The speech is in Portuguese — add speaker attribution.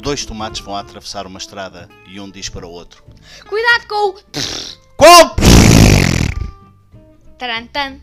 Speaker 1: dois tomates vão atravessar uma estrada e um diz para o outro:
Speaker 2: Cuidado com o.
Speaker 1: Qual?
Speaker 2: Tarantan.